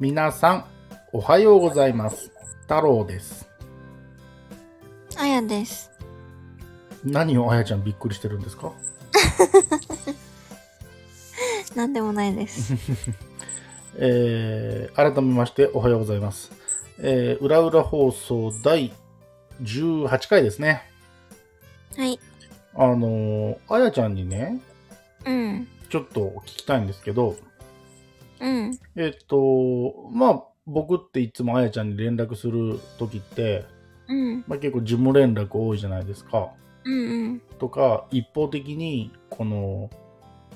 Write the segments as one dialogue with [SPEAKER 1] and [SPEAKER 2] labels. [SPEAKER 1] 皆さん、おはようございます。太郎です。
[SPEAKER 2] あやです。
[SPEAKER 1] 何をあやちゃんびっくりしてるんですか
[SPEAKER 2] なんでもないです。
[SPEAKER 1] えー改めましておはようございます。えー、裏裏放送第18回ですね。
[SPEAKER 2] はい。
[SPEAKER 1] あのーあやちゃんにね、
[SPEAKER 2] うん。
[SPEAKER 1] ちょっと聞きたいんですけど、
[SPEAKER 2] うん。
[SPEAKER 1] えっと、まあ、僕っていつもあやちゃんに連絡するときって、
[SPEAKER 2] うん。
[SPEAKER 1] まあ、結構事務連絡多いじゃないですか。
[SPEAKER 2] うんうん。
[SPEAKER 1] とか、一方的に、この、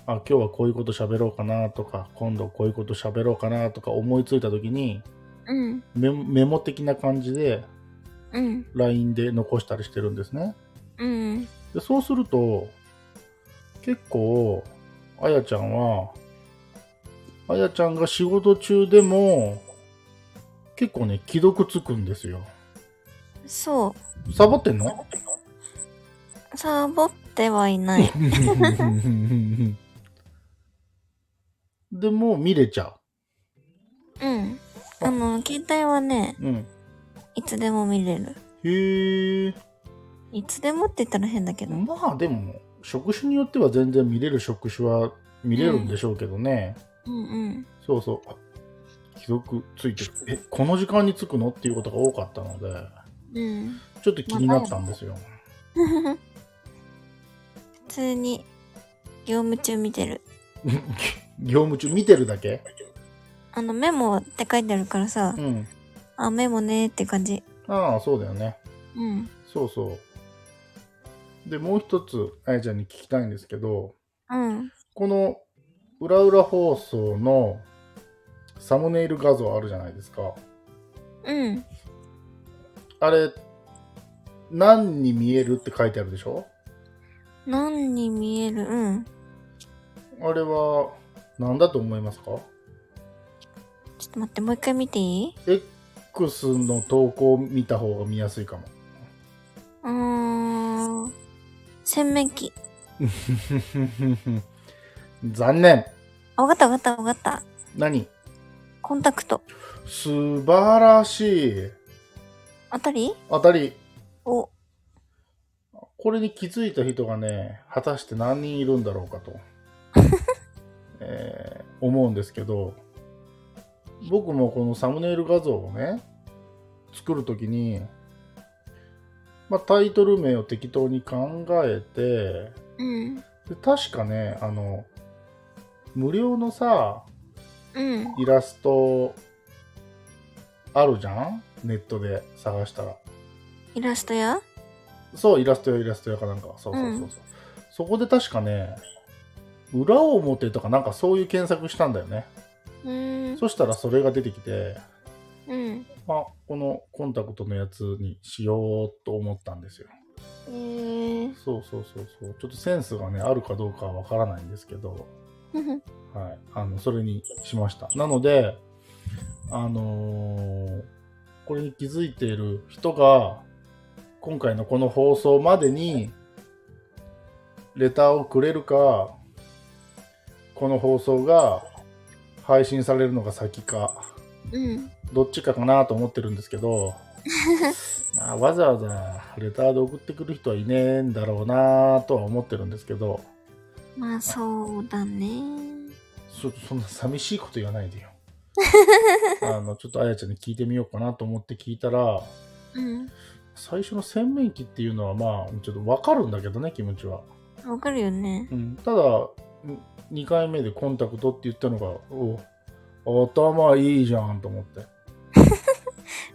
[SPEAKER 1] あ、今日はこういうこと喋ろうかなとか、今度こういうこと喋ろうかなとか思いついたときに、
[SPEAKER 2] うん。
[SPEAKER 1] メモメモ的な感じで
[SPEAKER 2] うん
[SPEAKER 1] LINE で残したりしてるんですね。
[SPEAKER 2] うん。
[SPEAKER 1] でそうすると結構あやちゃんはあやちゃんが仕事中でも結構ね既読つくんですよ。
[SPEAKER 2] そ
[SPEAKER 1] サボってんの
[SPEAKER 2] う。サボっては いない。
[SPEAKER 1] でも見れちゃ
[SPEAKER 2] うん。あの、携帯はね、
[SPEAKER 1] う。うん、
[SPEAKER 2] いつでも見れる。
[SPEAKER 1] へえ。
[SPEAKER 2] いつでもって言ったら変だけど。
[SPEAKER 1] まあでも職種によっては全然見れる職種は見れるんでしょうけどね。
[SPEAKER 2] うんうん。
[SPEAKER 1] そうそう。あ既読ついてる。え、この時間につくのっていうことが多かったので、
[SPEAKER 2] うん。
[SPEAKER 1] ちょっと気になったんですよ。
[SPEAKER 2] 普通に、業務中見てる。
[SPEAKER 1] 業務中見てるだけ
[SPEAKER 2] あの、メモって書いてあるからさ
[SPEAKER 1] う、ん。
[SPEAKER 2] あ、メモねーって感じ。
[SPEAKER 1] ああ、そうだよね。
[SPEAKER 2] うん。
[SPEAKER 1] そうそう。で、もう一つ、あやちゃんに聞きたいんですけど、
[SPEAKER 2] うん。
[SPEAKER 1] この、裏裏放送のサムネイル画像あるじゃないですか。
[SPEAKER 2] うん。
[SPEAKER 1] あれ、何に見えるって書いてあるでしょ
[SPEAKER 2] 何に見えるうん。
[SPEAKER 1] あれは、何だと思いますか
[SPEAKER 2] ちょっと待って、もう一回見ていい
[SPEAKER 1] X の投稿を見た方が見やすいかも。
[SPEAKER 2] うーん。洗面器。
[SPEAKER 1] 残念
[SPEAKER 2] あ、わかったわかったわかった。
[SPEAKER 1] 何
[SPEAKER 2] コンタクト。
[SPEAKER 1] 素晴らしい
[SPEAKER 2] あたり
[SPEAKER 1] 当たり
[SPEAKER 2] お、
[SPEAKER 1] これに気づいた人がね、果たして何人いるんだろうかと、えー思うんですけど、僕もこのサムネイル画像をね、作るときに、まあ、タイトル名を適当に考えて、
[SPEAKER 2] うん。
[SPEAKER 1] で確かねあの無料のさ
[SPEAKER 2] うん。
[SPEAKER 1] イラストあるじゃんネットで探したら
[SPEAKER 2] イラストや
[SPEAKER 1] そうイラストやイラストやかなんかそうそうそうそう、
[SPEAKER 2] うん
[SPEAKER 1] そこで確かね裏表とかなんかそういう検索したんだよね
[SPEAKER 2] うーん。
[SPEAKER 1] そしたらそれが出てきて
[SPEAKER 2] うん。
[SPEAKER 1] まあこのコンタクトのやつにしようと思ったんですよ
[SPEAKER 2] えー。
[SPEAKER 1] そうそうそうそうちょっとセンスがねあるかどうかはわからないんですけどはい、あのそれにしました。なので、あのーこれに気づいている人が、今回のこの放送までに、レターをくれるか、この放送が配信されるのが先か、
[SPEAKER 2] うん。
[SPEAKER 1] どっちかかなと思ってるんですけど、まあ、わざわざレターで送ってくる人はいねえんだろうなとは思ってるんですけど、
[SPEAKER 2] まあ、そうだね。
[SPEAKER 1] そそんな寂しいこと言わないでよあのちょっとあやちゃんに聞いてみようかなと思って聞いたら
[SPEAKER 2] うん。
[SPEAKER 1] 最初の洗面器っていうのはまあちょっとわかるんだけどね気持ちは、
[SPEAKER 2] わかるよね。
[SPEAKER 1] うん、ただ2回目でコンタクトって言ったのがお頭いいじゃんと思って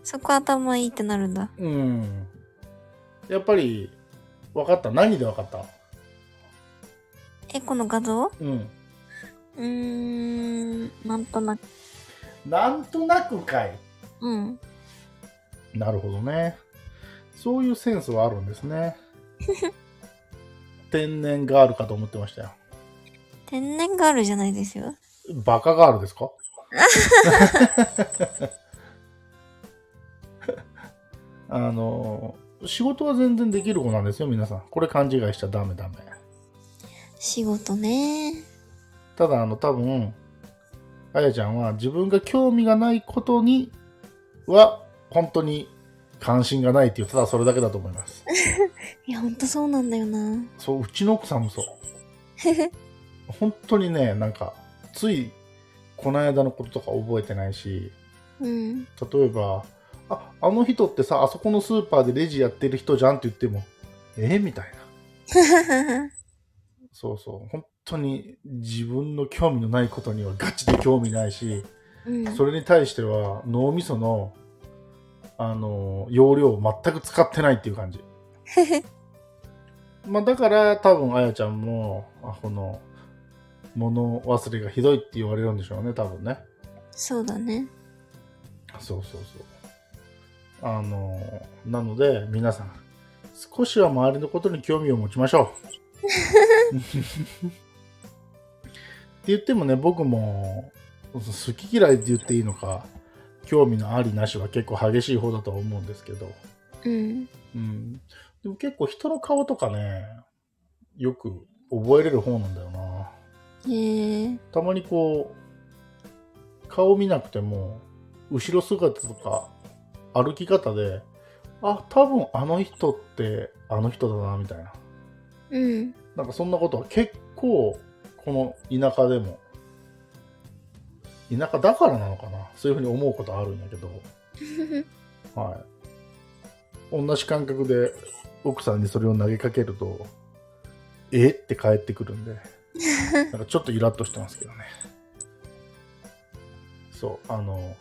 [SPEAKER 2] そこ頭いいってなるんだ。
[SPEAKER 1] うんやっぱり分かった何で分かった
[SPEAKER 2] え、この画像う
[SPEAKER 1] うん
[SPEAKER 2] ーん。なんとなく。
[SPEAKER 1] なんとなくかい
[SPEAKER 2] うん。
[SPEAKER 1] なるほどね。そういうセンスはあるんですね。天然ガールかと思ってましたよ。
[SPEAKER 2] 天然ガールじゃないですよ。
[SPEAKER 1] バカガールですかあの、仕事は全然できる子なんですよ、皆さん。これ勘違いしちゃダメダメ。
[SPEAKER 2] 仕事ね
[SPEAKER 1] ただ、あの、多分、あやちゃんは自分が興味がないことには本当に関心がないっていうただそれだけだと思います
[SPEAKER 2] いや、ほんとそうなんだよな。
[SPEAKER 1] そううちの奥さんもそう本当にねなんかついこの間のこととか覚えてないし
[SPEAKER 2] うん。
[SPEAKER 1] 例えば「ああの人ってさあそこのスーパーでレジやってる人じゃん」って言っても「えみたいなそうそう本当に自分の興味のないことにはガチで興味ないし
[SPEAKER 2] うん、
[SPEAKER 1] それに対しては脳みそのあの容量を全く使ってないっていう 感じ、まあ、だから多分あやちゃんもあこの物忘れがひどいって言われるんでしょうね多分ね
[SPEAKER 2] そうだね。
[SPEAKER 1] そうそうそうあのなので皆さん少しは周りのことに興味を持ちましょうって言ってもね僕も好き嫌いって言っていいのか興味のありなしは結構激しい方だとは思うんですけど、
[SPEAKER 2] うん。
[SPEAKER 1] うん、でも結構人の顔とかねよく覚えれる方なんだよな
[SPEAKER 2] へえ。
[SPEAKER 1] たまにこう顔見なくても後ろ姿とか歩き方であ多分あの人ってあの人だなみたいな
[SPEAKER 2] うん。
[SPEAKER 1] なんかそんなことは結構この田舎でも田舎だからなのかなそういうふうに思うことあるんだけど、はい、同じ感覚で奥さんにそれを投げかけるとえって帰ってくるんでなんかちょっとイラッとしてますけどねそうあの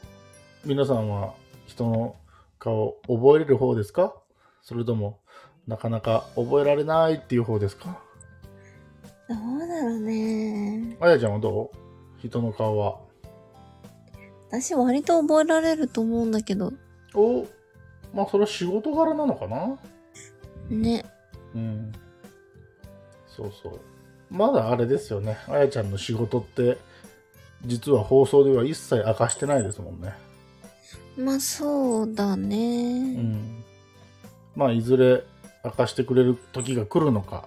[SPEAKER 1] 皆さんは人の顔覚えれる方ですかそれともなかなか覚えられないっていう方ですか
[SPEAKER 2] どうだろうね。
[SPEAKER 1] あやちゃんはどう人の顔は。
[SPEAKER 2] 私割と覚えられると思うんだけど。
[SPEAKER 1] おまあそれは仕事柄なのかな
[SPEAKER 2] ね。
[SPEAKER 1] うん。そうそう。まだあれですよね。あやちゃんの仕事って、実は放送では一切明かしてないですもんね。
[SPEAKER 2] まあそうだ
[SPEAKER 1] う
[SPEAKER 2] ね。
[SPEAKER 1] ん。まあいずれ明かしてくれる時が来るのか、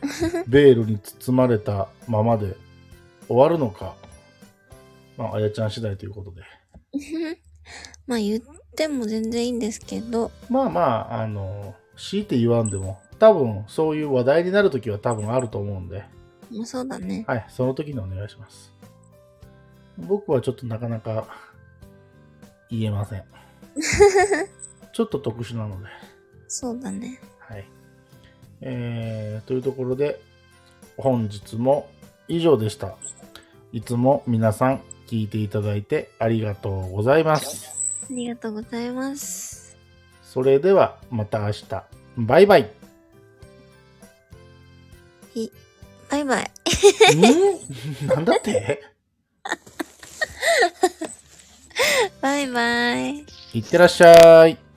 [SPEAKER 1] ベールに包まれたままで終わるのか、まああやちゃん次第ということで。
[SPEAKER 2] まあ言っても全然いいんですけど。
[SPEAKER 1] まあまあ、あの、強いて言わんでも、多分そういう話題になるときは多分あると思うんで、
[SPEAKER 2] まあそうだね。
[SPEAKER 1] はい、その時にお願いします。僕はちょっとなかなか言えません。ちょっと特殊なので、
[SPEAKER 2] そうだね。
[SPEAKER 1] はい。えー、というところで、本日も以上でした。いつも皆さん聞いていただいてありがとうございます。
[SPEAKER 2] ありがとうございます。
[SPEAKER 1] それではまた明日。バイバイ。
[SPEAKER 2] バイバイ。
[SPEAKER 1] ん なんだって
[SPEAKER 2] バイバイ。
[SPEAKER 1] いってらっしゃい。